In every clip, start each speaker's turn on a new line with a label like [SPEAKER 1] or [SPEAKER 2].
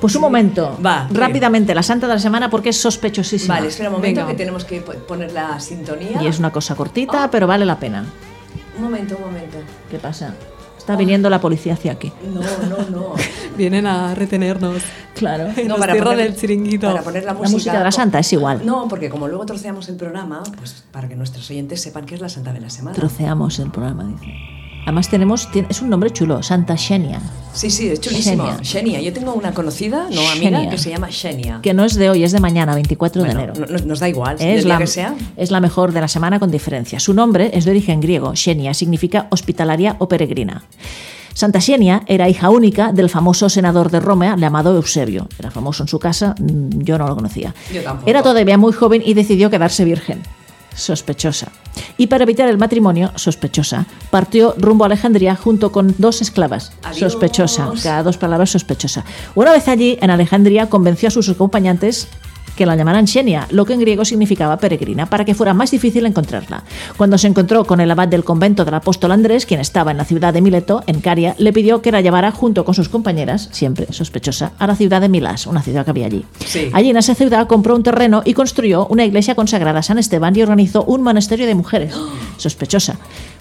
[SPEAKER 1] Pues un momento,
[SPEAKER 2] Va,
[SPEAKER 1] rápidamente, la santa de la semana porque es sospechosísima.
[SPEAKER 2] Vale, espera un momento
[SPEAKER 3] Venga.
[SPEAKER 2] que tenemos que po- poner la sintonía.
[SPEAKER 1] Y es una cosa cortita, pero vale la pena.
[SPEAKER 2] Un momento, un momento.
[SPEAKER 1] ¿Qué pasa? Está viniendo la policía hacia aquí.
[SPEAKER 2] No, no, no.
[SPEAKER 3] Vienen a retenernos.
[SPEAKER 1] Claro.
[SPEAKER 3] Y
[SPEAKER 2] No,
[SPEAKER 3] nos cierran
[SPEAKER 2] poner-
[SPEAKER 3] el chiringuito.
[SPEAKER 2] para poner la
[SPEAKER 1] La
[SPEAKER 2] música.
[SPEAKER 1] música de la santa es igual.
[SPEAKER 2] No, porque como luego troceamos el programa, pues para que nuestros oyentes sepan que es la santa de la semana.
[SPEAKER 1] Troceamos el programa, dice. Además tenemos, tiene- es un nombre chulo, Santa Xenia,
[SPEAKER 2] Sí, sí, es chulísimo.
[SPEAKER 1] Xenia.
[SPEAKER 2] Xenia. Yo tengo una conocida, no amiga,
[SPEAKER 1] Xenia.
[SPEAKER 2] que se llama Xenia.
[SPEAKER 1] que no es de hoy, es de mañana, 24
[SPEAKER 2] Bueno,
[SPEAKER 1] de enero.
[SPEAKER 2] no- no- nos da igual, si
[SPEAKER 1] Es
[SPEAKER 2] del día
[SPEAKER 1] la,
[SPEAKER 2] que sea.
[SPEAKER 1] es la mejor de la semana con diferencia. Su nombre es de origen griego. Xenia significa hospitalaria o peregrina. Santa Xenia era hija única del famoso senador de Roma llamado Eusebio. Era famoso en su casa, mm, yo no lo conocía.
[SPEAKER 2] Yo tampoco.
[SPEAKER 1] Era todavía muy joven y decidió quedarse virgen. Sospechosa. Y para evitar el matrimonio, sospechosa, partió rumbo a Alejandría junto con dos esclavas.
[SPEAKER 2] Adiós.
[SPEAKER 1] Sospechosa. Cada dos palabras sospechosa. Una vez allí, en Alejandría, convenció a sus acompañantes que la llamaran Xenia, lo que en griego significaba peregrina, para que fuera más difícil encontrarla. Cuando se encontró con el abad del convento del apóstol Andrés, quien estaba en la ciudad de Mileto, en Caria, le pidió que la llevara junto con sus compañeras, siempre sospechosa, a la ciudad de Milas, una ciudad que había allí.
[SPEAKER 2] Sí.
[SPEAKER 1] Allí en esa ciudad compró un terreno y construyó una iglesia consagrada a San Esteban y organizó un monasterio de mujeres. Sospechosa.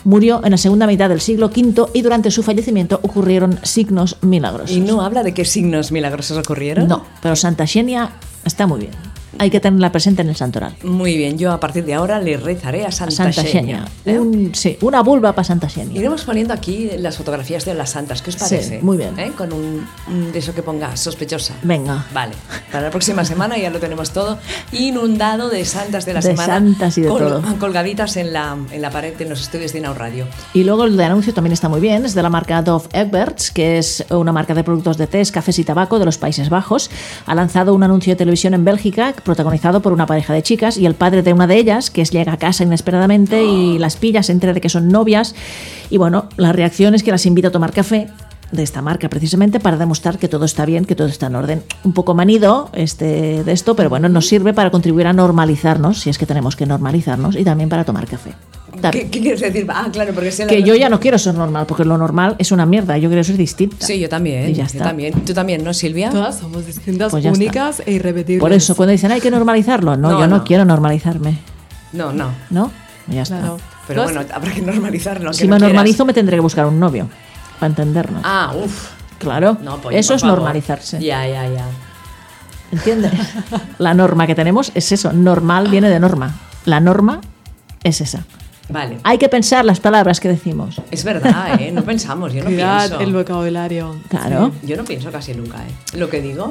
[SPEAKER 1] Murió en la segunda mitad del siglo V y durante su fallecimiento ocurrieron signos milagrosos.
[SPEAKER 2] Y no habla de qué signos milagrosos ocurrieron.
[SPEAKER 1] pues No, pero Santa Xenia está muy bien. Hay que tenerla presente en el santoral.
[SPEAKER 2] Muy bien, yo a partir de ahora le rezaré a Santa, ¿eh?
[SPEAKER 1] Santa Xenia. Uh, Un- sí, una vulva para Santa Xenia.
[SPEAKER 2] Iremos poniendo aquí las fotografías de las santas, ¿qué os
[SPEAKER 1] Sí,
[SPEAKER 2] parece?
[SPEAKER 1] muy bien.
[SPEAKER 2] ¿Eh? Con un, un de eso que ponga sospechosa.
[SPEAKER 1] Venga.
[SPEAKER 2] Vale, para la próxima semana ya lo tenemos todo inundado de santas de la
[SPEAKER 1] De
[SPEAKER 2] semana.
[SPEAKER 1] santas y de todo.
[SPEAKER 2] Colgaditas en la, en la pared de los estudios de Inau Radio.
[SPEAKER 1] Y luego el de anuncio también está muy bien, es de la marca Dove Egberts, que es una marca de productos de tés, cafés y tabaco de los Países Bajos. Ha lanzado un anuncio de televisión en Bélgica, protagonizado por una pareja de chicas y el padre de una de ellas, que es- llega a casa inesperadamente y las pillas, se entera de que son novias. Y bueno, la reacción es que las invita a tomar café de esta marca precisamente para demostrar que todo está bien, que todo está en orden. Un poco manido este de esto, pero bueno, nos sirve para contribuir a normalizarnos, si es que tenemos que normalizarnos, y también para tomar café. También
[SPEAKER 2] ¿Qué, qué quieres decir? Ah, claro, porque es el-
[SPEAKER 1] que yo ya no quiero ser normal, porque lo normal es una mierda, yo quiero ser distinta.
[SPEAKER 2] Sí, yo también.
[SPEAKER 1] Y ya
[SPEAKER 2] yo
[SPEAKER 1] está.
[SPEAKER 2] también. Tú también, ¿no, Silvia?
[SPEAKER 3] Todas somos distintas,
[SPEAKER 1] Pues ya está.
[SPEAKER 3] únicas e irrepetibles.
[SPEAKER 1] Por eso, cuando dicen hay que normalizarlo, no,
[SPEAKER 2] No,
[SPEAKER 1] yo no,
[SPEAKER 2] no.
[SPEAKER 1] quiero normalizarme,
[SPEAKER 2] No, no.
[SPEAKER 1] ¿no? Ya está.
[SPEAKER 3] Claro.
[SPEAKER 2] Pero
[SPEAKER 3] Todas-
[SPEAKER 2] bueno, habrá que normalizarlo. aunque
[SPEAKER 1] si
[SPEAKER 2] no
[SPEAKER 1] me
[SPEAKER 2] quieras.
[SPEAKER 1] normalizo, me tendré que buscar un novio, para entendernos.
[SPEAKER 2] Ah, uff.
[SPEAKER 1] claro,
[SPEAKER 2] No, pues,
[SPEAKER 1] eso
[SPEAKER 2] por
[SPEAKER 1] es
[SPEAKER 2] favor.
[SPEAKER 1] normalizarse,
[SPEAKER 2] Ya, ya, ya.
[SPEAKER 1] ¿entiendes? La norma que tenemos es eso, normal viene de norma, la norma es esa.
[SPEAKER 2] Vale.
[SPEAKER 1] Hay que pensar las palabras que decimos,
[SPEAKER 2] Es verdad, ¿eh? No pensamos, yo no
[SPEAKER 3] Cuidad
[SPEAKER 2] pienso.
[SPEAKER 3] el vocabulario.
[SPEAKER 1] claro.
[SPEAKER 2] Yo no pienso casi nunca, ¿eh? Lo que digo.